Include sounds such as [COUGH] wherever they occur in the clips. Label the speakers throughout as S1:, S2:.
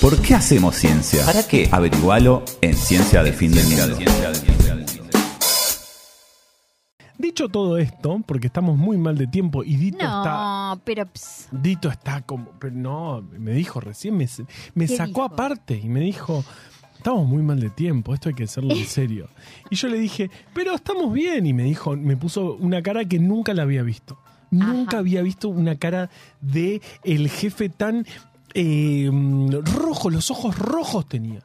S1: ¿Por qué hacemos ciencia? ¿Para qué? Averigualo en Ciencia del Fin del Mundo.
S2: Dicho todo esto, porque estamos muy mal de tiempo y Dito está.
S3: No, pero ps,
S2: Dito está como. Pero no, me dijo recién, me, me
S3: ¿Qué
S2: sacó
S3: dijo?
S2: aparte y me dijo. Estamos muy mal de tiempo, esto hay que hacerlo
S3: [LAUGHS]
S2: en serio. Y yo le dije, pero estamos bien. Y me dijo, me puso una cara que nunca la había visto. Nunca
S3: Ajá.
S2: había visto una cara de el jefe tan eh, rojo, los ojos rojos tenía.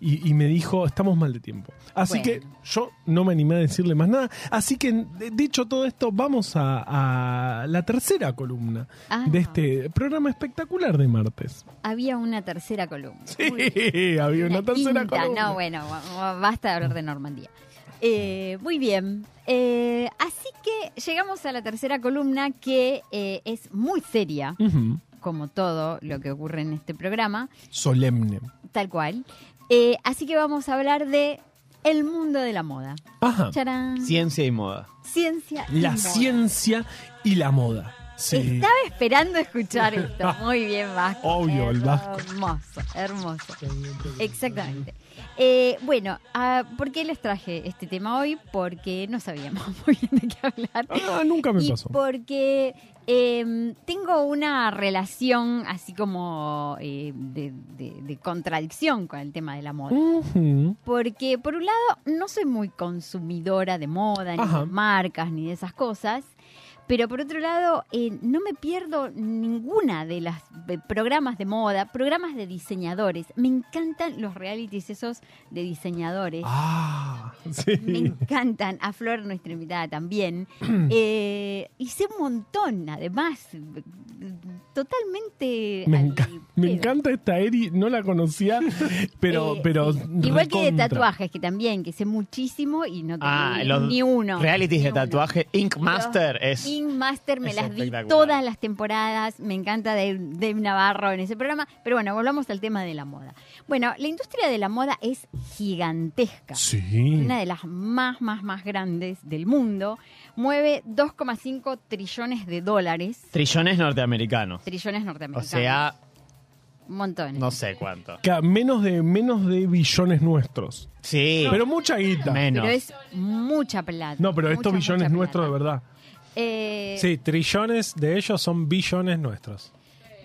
S2: Y, y me dijo, estamos mal de tiempo. Así
S3: Bueno.
S2: que yo no me animé a decirle más nada. Así que, de- dicho todo esto, vamos a, a la tercera columna
S3: Ah.
S2: de este programa espectacular de martes.
S3: había una tercera columna. Muy bien.
S2: Sí, [LAUGHS] había una, tercera
S3: quinta.
S2: columna.
S3: No, bueno, ba- basta de hablar de Normandía. Eh, muy bien. Eh, así que llegamos a la tercera columna que eh, es muy seria,
S2: Ujú.
S3: como todo lo que ocurre en este programa,
S2: Solemne.
S3: tal cual. Eh, así que vamos a hablar de el mundo de la moda.
S2: Ajá.
S3: Charán.
S4: Ciencia y moda.
S3: Ciencia. y
S2: La
S3: moda.
S2: ciencia y la moda. Sí.
S3: Estaba esperando
S2: [LAUGHS]
S3: escuchar esto. Muy bien, Vasco.
S2: Obvio, el Vasco.
S3: Hermoso, hermoso. Exactamente. Eh, bueno, ah, ¿por qué les traje este tema hoy? Porque no sabíamos [LAUGHS] muy bien de qué hablar.
S2: Ah, nunca me
S3: y
S2: pasó.
S3: porque eh, tengo una relación así como eh, de, de- de contradicción con el tema de la moda.
S2: Ujú.
S3: Porque, por un lado, no soy muy consumidora de moda, ni
S2: Ajá.
S3: de marcas, ni de esas cosas. Pero por otro lado, eh, no me pierdo ninguna de las de programas de moda, programas de diseñadores. Me encantan los realities esos de diseñadores.
S2: Ah, sí.
S3: Me encantan. A Flor, nuestra invitada,
S2: [CLEARS THROAT]
S3: también. Eh, hice un montón, además. Totalmente.
S2: Me,
S3: al
S2: enca- me
S3: pedo.
S2: encanta esta Eri, no la
S3: [LAUGHS]
S2: conocía, pero...
S3: Eh,
S2: pero
S3: sí. Igual que de
S2: recontra.
S3: tatuajes, que también, que sé muchísimo y no tengo
S4: Ah,
S3: ni,
S4: los
S3: ni uno.
S4: realities
S3: ni
S4: de
S3: uno.
S4: tatuaje. Ink Master es.
S3: King Master me
S4: es
S3: las vi
S4: espectacular.
S3: todas las temporadas, me encanta Dave, Dave Navarro en ese programa, pero bueno, volvamos al tema de la moda. Bueno, la industria de la moda es gigantesca
S2: Sí.
S3: una de las más, más, más grandes del mundo, mueve 2,5 trillones de dólares,
S4: Trillones norteamericanos.
S3: trillones
S4: O
S3: norteamericanos.
S4: sea,
S3: montones.
S4: no sé cuánto.
S2: Ca- Menos de, menos de billones nuestros.
S4: Sí,
S2: Pero mucha guita.
S4: menos.
S3: pero es mucha plata.
S2: No, pero estos
S3: mucha,
S2: billones
S3: mucha
S2: nuestros de
S3: plata.
S2: verdad.
S3: Eh,
S5: Sí, trillones de ellos son billones nuestros.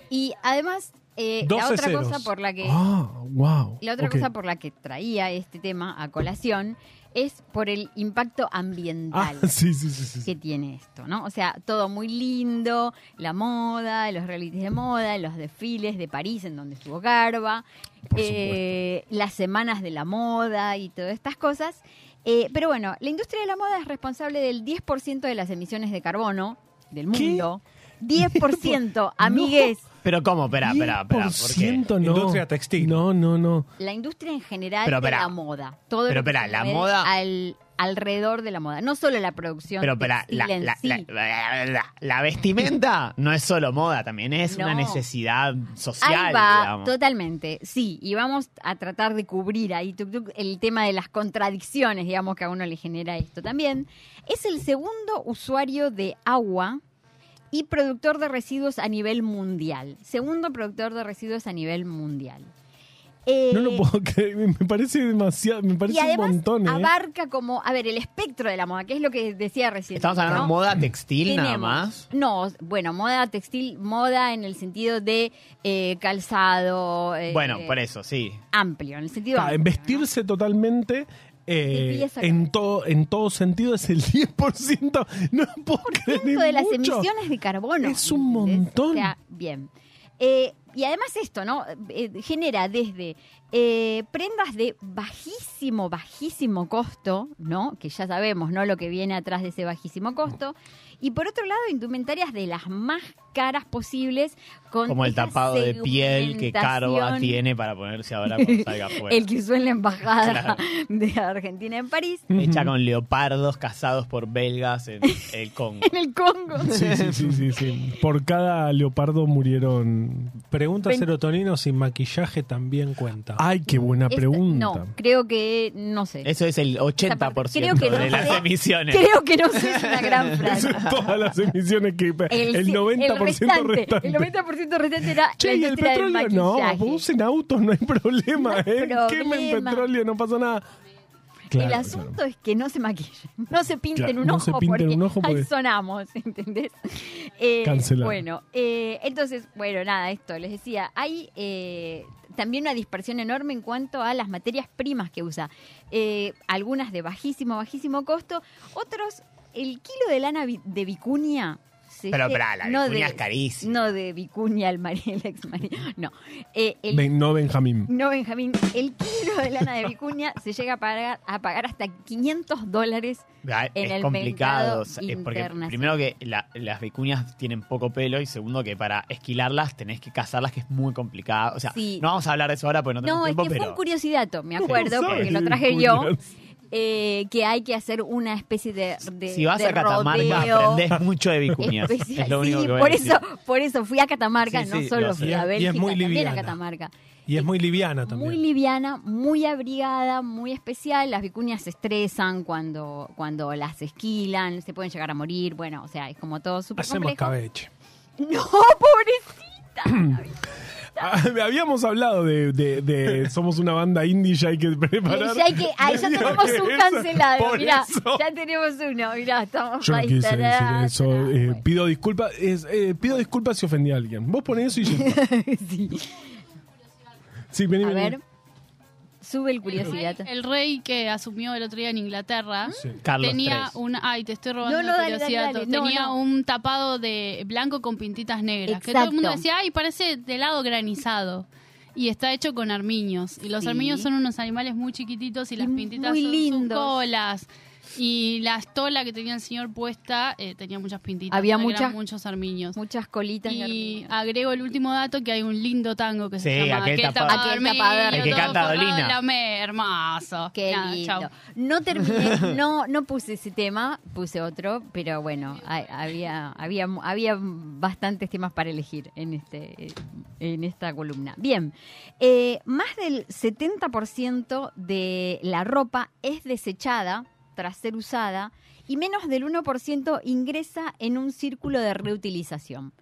S3: Y además, eh, la
S5: 12
S3: otra
S5: ceros.
S3: cosa por la que
S2: Ah, wow.
S3: la otra
S2: Ok.
S3: cosa por la que traía este tema a colación es por el impacto
S2: Ah, [LAUGHS]
S3: ambiental.
S2: sí, sí, sí, sí, sí.
S3: que tiene esto, ¿no? O sea, todo muy lindo, la moda, los realities de moda, los desfiles de París en donde estuvo Garba,
S2: Por
S3: eh, las semanas de la moda y todas estas cosas. Eh, pero bueno, la industria de la moda es responsable del 10% de las emisiones de carbono del
S2: ¿Qué?
S3: mundo.
S2: [LAUGHS]
S3: 10%, amigues.
S4: Pero cómo, espera, espera, espera. ¿por qué?
S2: 10% no.
S5: Industria textil.
S2: No, no, no.
S3: La industria en general
S4: Pero,
S3: de
S4: pará.
S3: la moda. Todo
S4: Pero,
S3: lo que
S4: pará,
S3: se
S4: la
S3: mueve
S4: moda-
S3: al- alrededor de la moda, no solo la producción
S4: Pero espera,
S3: textil
S4: la,
S3: en
S4: la-
S3: sí.
S4: la- la- la- la vestimenta no es solo moda, también es una
S3: No.
S4: necesidad social,
S3: Ahí va,
S4: digamos.
S3: totalmente, sí. Y vamos a tratar de cubrir ahí tuc, tuc, el tema de las contradicciones, digamos, que a uno le genera esto también. Es el segundo usuario de agua y productor de residuos a nivel mundial. Segundo productor de residuos a nivel mundial. Eh,
S2: No lo puedo creer. Me parece demasiado. Me
S3: y
S2: parece
S3: además
S2: un montón. ¿eh?
S3: abarca como, a ver, el espectro de la moda, que es lo que decía recién.
S4: Estamos hablando
S3: ¿no?
S4: de moda textil nada
S3: Tenemos-
S4: más.
S3: No, bueno, moda textil, moda en el sentido de eh, calzado. eh,
S4: Bueno, por eso, sí.
S3: Amplio, en el sentido.
S2: Está,
S3: amplio,
S2: en vestirse totalmente. eh,
S3: Desfiles solares.
S2: en todo en todo sentido es el [LAUGHS] 10%. No puedo creer.
S3: ¿no? de
S2: es
S3: las
S2: mucho.
S3: emisiones de carbono.
S2: Es un
S3: ¿entendés?
S2: montón.
S3: O sea, bien. Eh, y además esto, ¿no? Eh, genera desde eh, prendas de bajísimo, bajísimo costo, ¿no? Que ya sabemos, ¿no? Lo que viene atrás de ese bajísimo costo. Y por otro lado, indumentarias de las más caras posibles. Con
S4: Como el
S3: esa
S4: tapado de piel que Carva
S3: segmentación
S4: tiene para ponerse ahora
S3: [LAUGHS]
S4: cuando salga afuera.
S3: El que usó en la embajada de Argentina en París.
S4: Hecha con leopardos cazados por belgas en el
S3: [LAUGHS]
S4: Congo.
S3: En el Congo. Este,
S2: Sí, sí, sí, sí, sí. Por cada leopardo murieron.
S5: Pregunta
S3: Ven-
S5: serotonino si maquillaje también cuenta.
S2: Ay, qué buena
S3: Esta-
S2: pregunta.
S3: No, creo que no sé.
S4: Eso es el 80%
S3: Creo que no
S4: de las
S3: sé.
S2: [LAUGHS]
S4: emisiones.
S3: Creo que no sé, es una gran frase.
S2: todas las emisiones que. El,
S3: ci-
S2: 90%
S3: el restante,
S2: restante.
S3: El 90% restante era la
S2: Che, y el
S3: industria del
S2: petróleo no,
S3: maquillaje.
S2: usen autos, no hay [LAUGHS] problema,
S3: No hay
S2: ¿eh? Quemen
S3: problema.
S2: petróleo, no pasa nada. Claro,
S3: el
S2: claro.
S3: asunto es que no se maquillen, no se pinten
S2: Claro,
S3: un
S2: no
S3: ojo
S2: se pinten
S3: porque,
S2: un ojo
S3: ahí
S2: porque-
S3: sonamos, [LAUGHS] ¿entendés? Eh,
S2: Cancelado.
S3: Bueno, eh, entonces, bueno, nada, esto les decía, hay eh, también una dispersión enorme en cuanto a las materias primas que usa. Eh, algunas de bajísimo, bajísimo costo, otros, el kilo de lana vi- de vicuña. se-
S4: Pero, pará, la
S3: no
S4: vicuña
S3: de-
S4: es carísima.
S3: No de vicuña, el, mari- [LAUGHS] el ex marido, no. Eh, el
S2: Ben- no Benjamín.
S3: no, Benjamín, el kilo de lana de vicuña se llega a pagar, a pagar hasta 500 dólares.
S4: Ah,
S3: en
S4: es
S3: el mercado
S4: complicado, o sea, eh, porque
S3: internacional.
S4: primero que la- las vicuñas tienen poco pelo y segundo que para esquilarlas tenés que cazarlas, que es muy complicado. O sea,
S3: Sí.
S4: no vamos a hablar de eso ahora porque no tenemos
S3: No, es
S4: tiempo,
S3: que fue
S4: pero
S3: un curiosidato, me
S2: ¿Cómo
S3: acuerdo,
S2: sabes
S3: porque lo
S2: de
S3: traje yo,
S2: vicuñas?
S3: eh, que hay que hacer una especie de, de-
S4: si vas
S3: de
S4: a Catamarca
S3: rodeo
S4: aprendés mucho de vicuñas.
S3: especial.
S4: es lo único
S3: Sí,
S4: que voy a
S3: por
S4: decir.
S3: eso, por eso fui a Catamarca,
S4: Sí,
S3: no
S4: sí,
S3: solo
S4: lo sé.
S3: fui
S5: Y
S3: a
S5: es- y es
S3: Bélgica,
S5: muy
S3: también a
S5: liviana.
S3: Catamarca.
S5: Y es muy liviana
S3: Muy
S5: también.
S3: liviana, muy abrigada, muy especial. Las vicuñas se estresan cuando, cuando las esquilan, se pueden llegar a morir. Bueno, o sea, es como todo súper
S5: Hacemos
S2: [LAUGHS]
S3: complejo.
S5: cabeche.
S3: [LAUGHS] No, pobrecita.
S2: Ah, Habíamos hablado de, de- de somos una banda indie y hay que preparar.
S3: ya, hay que,
S2: [LAUGHS]
S3: ah, ya tenemos un
S2: Esa-
S3: cancelado.
S2: por
S3: Mirá,
S2: eso.
S3: ya tenemos uno. Mirá, estamos
S2: Yo no
S3: ahí,
S2: quise decir
S3: tará,
S2: eso.
S3: tará,
S2: eh,
S3: bueno.
S2: pido disculpas. es, eh, pido disculpas si ofendí a alguien. Vos ponés eso y yo.
S3: [LAUGHS] Sí.
S2: Sí, vení,
S3: A
S2: vení.
S3: ver, sube el curiosidad.
S6: El rey que asumió el otro día en Inglaterra
S2: Sí.
S4: Carlos
S6: tenía
S4: III.
S6: un. Ay, te estoy
S3: No,
S6: robando
S3: no,
S6: el
S3: dale, dale,
S6: curiosidad.
S3: dale. No,
S6: Tenía
S3: no.
S6: un tapado de blanco con pintitas negras. Que todo el
S3: Exacto.
S6: mundo decía, ay, parece de helado granizado. Y está hecho con armiños. Y los
S3: Sí.
S6: armiños son unos animales muy chiquititos y las
S3: Y
S6: pintitas
S3: muy
S6: son sus
S3: lindos.
S6: colas. Y la estola que tenía el señor puesta eh, tenía muchas pintitas.
S3: Había
S6: eran
S3: muchas-
S6: muchos armiños.
S3: Muchas colitas de
S6: Y
S3: armiño.
S6: agrego el último dato que hay un lindo tango que se
S4: Sí,
S6: llama
S4: aquel tapado-
S6: tapado
S3: Aquel
S6: armiño,
S3: tapado armiño.
S4: El que
S6: todo
S4: canta
S6: forrado de
S4: Dolina.
S6: la mer, hermoso.
S3: Qué
S6: Nada,
S3: lindo.
S6: chau.
S3: No terminé, no, no puse ese tema, puse otro, pero bueno, hay- había, había, había bastantes temas para elegir en, este, eh, en esta columna. Bien, eh, más del 70% de la ropa es desechada tras ser usada y menos del 1% ingresa en un círculo de reutilización.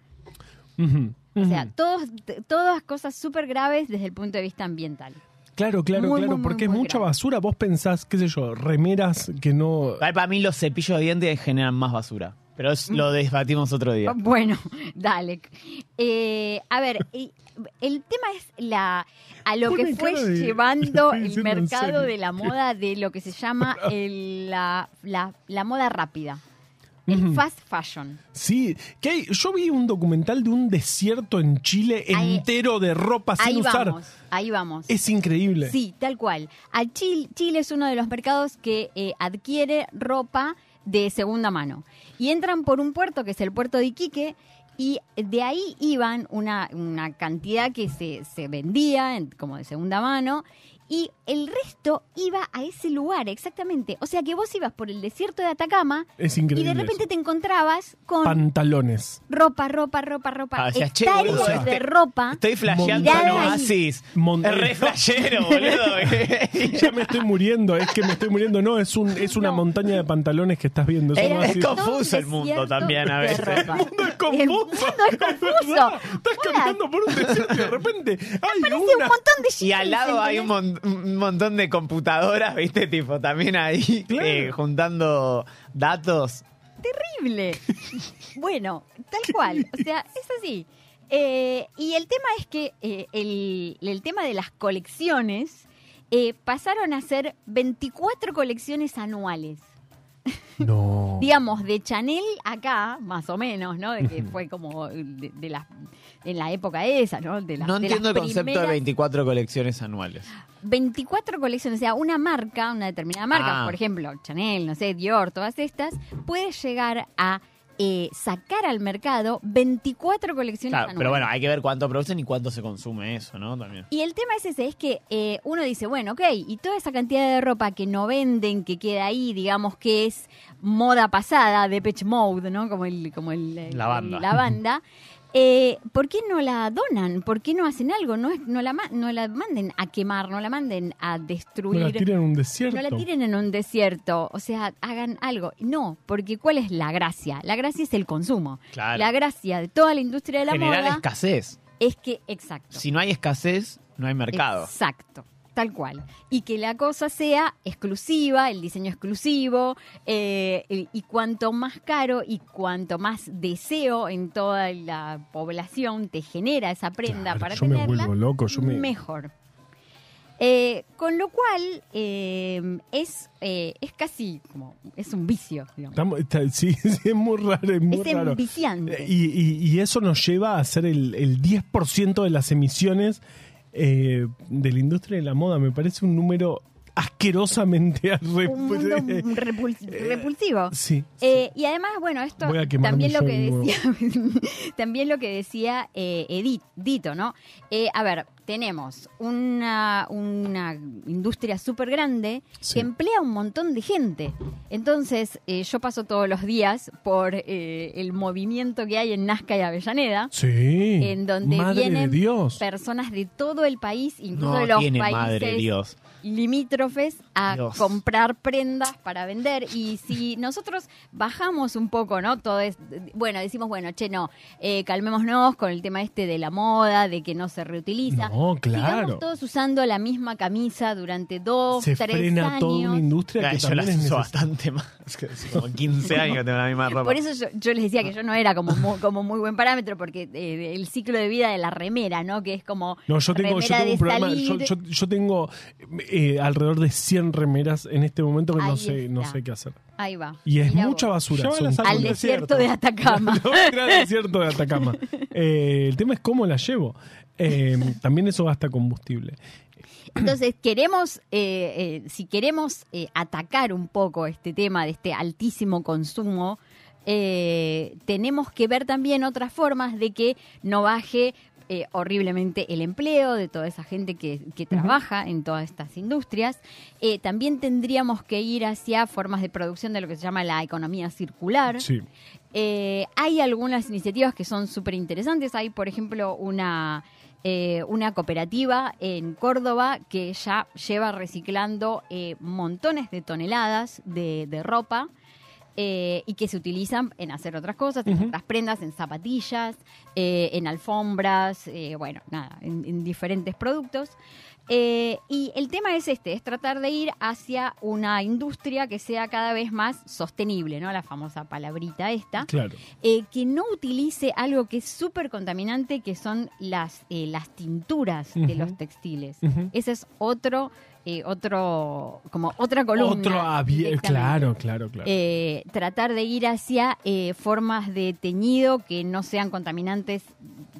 S2: Ujú,
S3: O sea,
S2: ujú.
S3: todos, todas cosas súper graves desde el punto de vista ambiental.
S2: Claro, claro,
S3: muy,
S2: claro.
S3: muy,
S2: porque
S3: muy
S2: es mucha
S3: grave.
S2: basura. Vos pensás, qué sé yo, remeras que no.
S4: Ay, Para mí los cepillos de dientes generan más basura. Pero es- lo
S3: Mm.
S4: debatimos otro día.
S3: Bueno, [LAUGHS] dale. Eh, a ver, y- el tema es la a lo
S2: Pone
S3: que fue
S2: cara de-
S3: llevando
S2: lo [LAUGHS] estoy
S3: el
S2: diciendo en
S3: mercado
S2: serio.
S3: de la moda de lo que
S2: [LAUGHS]
S3: se llama el- la, la- la moda rápida, el
S2: Ujú.
S3: fast fashion.
S2: Sí, que hay- yo vi un documental de un desierto en Chile
S3: Ahí-
S2: entero de ropa sin
S3: ahí
S2: usar.
S3: vamos, ahí vamos.
S2: Es increíble.
S3: Sí, tal cual. A Chile, Chile es uno de los mercados que eh, adquiere ropa de segunda mano. Y entran por un puerto, que es el puerto de Iquique, y de ahí iban una, una cantidad que se, se vendía en- como de segunda mano. Y el resto iba a ese lugar, exactamente. O sea que vos ibas por el desierto de Atacama
S2: Es
S3: y
S2: increíble.
S3: de repente
S2: eso.
S3: te encontrabas con
S2: pantalones,
S3: ropa, ropa, ropa, ropa.
S4: Ah, decías, "Che,
S3: hectáreas
S4: boludo,
S3: de
S4: este-
S3: ropa.
S4: Estoy flasheando
S3: Mirá
S4: en
S3: ahí.
S4: Oasis.
S2: Mon-
S4: Es re flashero, boludo.
S2: [LAUGHS] Ya me estoy muriendo, es que me estoy muriendo. No, es un es una
S3: No.
S2: montaña de pantalones que estás viendo. eso
S4: Eh,
S2: no
S3: Era
S2: va a
S4: es
S2: ser-
S3: todo
S4: confuso
S3: un
S4: el mundo
S3: desierto
S4: también a
S3: de
S4: veces.
S3: ropa.
S2: [LAUGHS] es
S3: El
S2: confuso.
S3: mundo
S4: [LAUGHS]
S3: es confuso.
S2: ¿Verdad? Estás caminando por un desierto y de repente hay
S3: Parece un
S2: una.
S3: montón de chicos.
S4: Y al lado hay un, mon- un montón de computadoras, [LAUGHS] ¿viste? Tipo, también ahí
S2: Claro.
S4: eh, juntando datos. [LAUGHS]
S3: Terrible. Bueno, tal cual. O sea, es así. Eh, y el tema es que eh, el, el tema de las colecciones eh, pasaron a ser 24 colecciones anuales.
S2: No.
S3: Digamos, de Chanel acá, más o menos, ¿no? De que fue como de, de las en la época esa, ¿no? De las-
S4: No
S3: de
S4: entiendo el
S3: las
S4: concepto de
S3: primeras-
S4: 24 colecciones anuales.
S3: 24 colecciones, o sea, una marca, una determinada marca,
S4: Ah.
S3: por ejemplo, Chanel, no sé, Dior, todas estas, puede llegar a eh, sacar al mercado 24 colecciones
S4: Claro,
S3: anuales.
S4: pero bueno, hay que ver cuánto producen y cuánto se consume eso, ¿no? También.
S3: Y el tema es ese, es que eh, uno dice, bueno, ok, y toda esa cantidad de ropa que no venden, que queda ahí, digamos que es moda pasada, de Mode, ¿no? Como el, como el,
S4: La banda.
S3: la banda, Eh, ¿Por qué no la donan? ¿Por qué no hacen algo? No, es- no, la, ma- no la manden a quemar, no la manden a
S2: No
S3: destruir.
S2: la tiran en un desierto.
S3: No la tiren en un desierto, o sea, hagan algo. No, porque ¿cuál es la gracia? La gracia es el consumo.
S4: Claro.
S3: La gracia de toda la industria de la
S4: Generar
S3: moda
S4: escasez.
S3: es que, exacto.
S4: Si no hay escasez, no hay mercado.
S3: Exacto, tal cual. Y que la cosa sea exclusiva, el diseño exclusivo, eh, y y cuanto más caro y cuanto más deseo en toda la población te genera esa prenda
S2: Claro,
S3: para
S2: yo me
S3: tenerla,
S2: vuelvo loco, yo me-
S3: mejor. Eh, con lo cual eh, es, eh, es casi como, es un vicio, digamos.
S2: Estamos- está- sí, [LAUGHS] sí, es muy raro, es muy
S3: es
S2: raro.
S3: enviciante.
S2: Y, y- y eso nos lleva a hacer el, el 10% de las emisiones eh, de la industria de la moda. Me parece un número asquerosamente [LAUGHS] arre-
S3: un mundo
S2: eh,
S3: repul- repulsivo.
S2: Sí.
S3: Eh, y además, bueno, esto
S2: Voy a quemar
S3: también
S2: mi
S3: lo que
S2: show
S3: decía, [LAUGHS] también lo que decía eh, Edith, Dito, ¿no? Eh, a ver, tenemos una, una industria súper grande
S2: Sí.
S3: que emplea un montón de gente. Entonces, eh, yo paso todos los días por eh, el movimiento que hay en Nazca y Avellaneda.
S2: Sí.
S3: En donde
S2: Madre
S3: vienen
S2: de Dios.
S3: personas de todo el país, incluso de
S4: No
S3: los
S4: tiene
S3: países
S4: madre, Dios.
S3: limítrofes a
S4: Dios.
S3: comprar prendas para vender. Y si [LAUGHS] nosotros bajamos un poco, ¿no? Todo es, bueno, decimos, bueno, che, no, eh, calmémonos con el tema este de la moda, de que no se reutiliza.
S2: No, claro.
S3: Sigamos todos usando la misma camisa durante dos,
S2: Se
S3: tres
S2: frena
S3: años.
S2: toda una industria
S4: Ay,
S2: que
S4: yo las
S2: también es
S4: uso
S2: necesaria.
S4: bastante más. Como 15 años tengo la misma ropa.
S3: Por eso yo, yo les decía que yo no era como muy, como muy buen parámetro, porque eh, el ciclo de vida de la remera, ¿no? Que es como.
S2: No, yo tengo, yo
S3: remera
S2: tengo
S3: de
S2: un programa. Yo,
S3: salir.
S2: yo- yo tengo eh, alrededor de 100 remeras en este momento que no
S3: Ahí
S2: sé, no
S3: está.
S2: sé qué hacer.
S3: Ahí va.
S2: Y es
S3: Mirá
S2: mucha
S3: vos.
S2: basura.
S5: Llévalas
S2: son
S5: al
S3: Al
S2: cosas-
S3: desierto de
S2: [LAUGHS]
S3: Atacama.
S2: Lo voy a tirar al desierto de Atacama. Eh, el tema es cómo la llevo. Eh, también eso gasta combustible.
S3: Entonces, queremos, eh, eh, si queremos eh, atacar un poco este tema de este altísimo consumo, eh, tenemos que ver también otras formas de que no baje eh, horriblemente el empleo de toda esa gente que, que trabaja en todas estas industrias. Eh, también tendríamos que ir hacia formas de producción de lo que se llama la economía circular.
S2: Sí.
S3: Eh, hay algunas iniciativas que son súper interesantes. Hay, por ejemplo, una, eh, una cooperativa en Córdoba que ya lleva reciclando eh, montones de toneladas de, de ropa. eh, y que se utilizan en hacer otras cosas, en otras prendas, en zapatillas, eh, en alfombras, eh, bueno, nada, en, en diferentes productos. Eh, y el tema es este, es tratar de ir hacia una industria que sea cada vez más sostenible, ¿no? La famosa palabrita esta
S2: Claro.
S3: eh, que no utilice algo que es súper contaminante, que son las, eh, las tinturas de
S2: Ujú.
S3: los textiles.
S2: Ujú.
S3: Ese es otro, eh, otro, como otra columna.
S2: Otro abie-
S3: directamente.
S2: Claro, claro, claro.
S3: Eh, tratar de ir hacia eh, formas de teñido que no sean contaminantes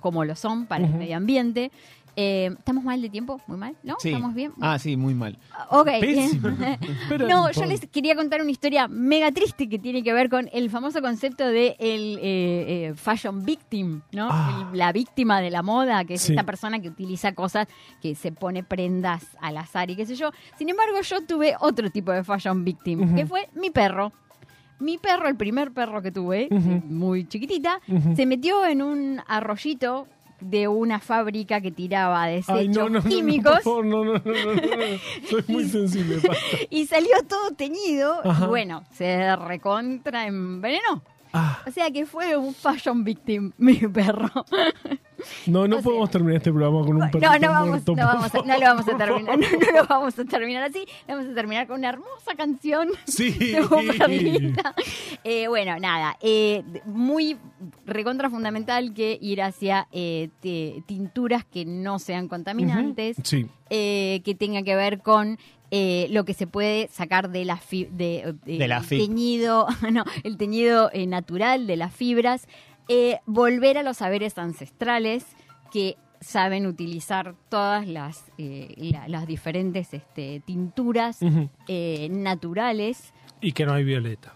S3: como lo son para el
S2: Ujú.
S3: medio ambiente. Eh, ¿Estamos mal de tiempo? ¿Muy mal? ¿No?
S4: Sí.
S3: ¿Estamos bien?
S4: Ah, sí, muy mal.
S3: Ok.
S2: Pésimo.
S3: [LAUGHS]
S2: Pero
S3: no,
S2: importa.
S3: yo les quería contar una historia mega triste que tiene que ver con el famoso concepto de el eh, eh, fashion victim, ¿no?
S2: Ah.
S3: El- la víctima de la moda, que es
S2: Sí.
S3: esta persona que utiliza cosas, que se pone prendas al azar y qué sé yo. Sin embargo, yo tuve otro tipo de fashion victim,
S2: Ujú.
S3: que fue mi perro. Mi perro, el primer perro que tuve,
S2: Ujú.
S3: muy chiquitita,
S2: Ujú.
S3: se metió en un arroyito de una fábrica que tiraba desechos
S2: Ay, no, no, no, no,
S3: químicos
S2: por favor, no, no, no, no, no, no. Soy
S3: [LAUGHS]
S2: muy sensible. basta.
S3: y salió todo teñido
S2: Ajá.
S3: y bueno, se recontra envenenó.
S2: Ah,
S3: O sea que fue un fashion victim, [LAUGHS] mi perro.
S2: no, no
S3: O sea-
S2: podemos terminar este programa con un perro
S3: no, no vamos,
S2: muerto.
S3: no,
S2: por
S3: vamos a-
S2: favor.
S3: no lo vamos a terminar, [LAUGHS] no, no lo vamos a terminar así, vamos a terminar con una hermosa canción.
S2: Sí.
S3: [LAUGHS] de Boca Rica. Eh, bueno, nada, eh, muy recontra fundamental que ir hacia eh, te- tinturas que no sean contaminantes,
S2: Ujú. Sí.
S3: eh, que tenga que ver con eh, lo que se puede sacar de la fi- de, de-
S4: De la
S3: el
S4: fib-
S3: teñido, [LAUGHS] no, el teñido eh, natural de las fibras, eh, volver a los saberes ancestrales que saben utilizar todas las, eh, la- las diferentes este, tinturas
S2: Ujú.
S3: eh, naturales.
S5: Y que no hay violeta.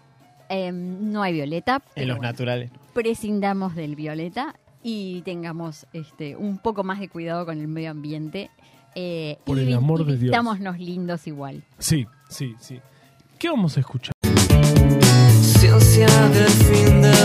S3: Eh, no hay violeta,
S4: En
S3: pero
S4: los
S3: bueno,
S4: naturales.
S3: prescindamos del violeta y tengamos este, un poco más de cuidado con el medio ambiente. eh,
S2: Por
S3: y
S2: el
S3: vi-
S2: amor
S3: y
S2: de Dios.
S3: vistámonos lindos igual.
S2: Sí, sí, sí. ¿Qué vamos a escuchar?
S7: Ciencia del fin del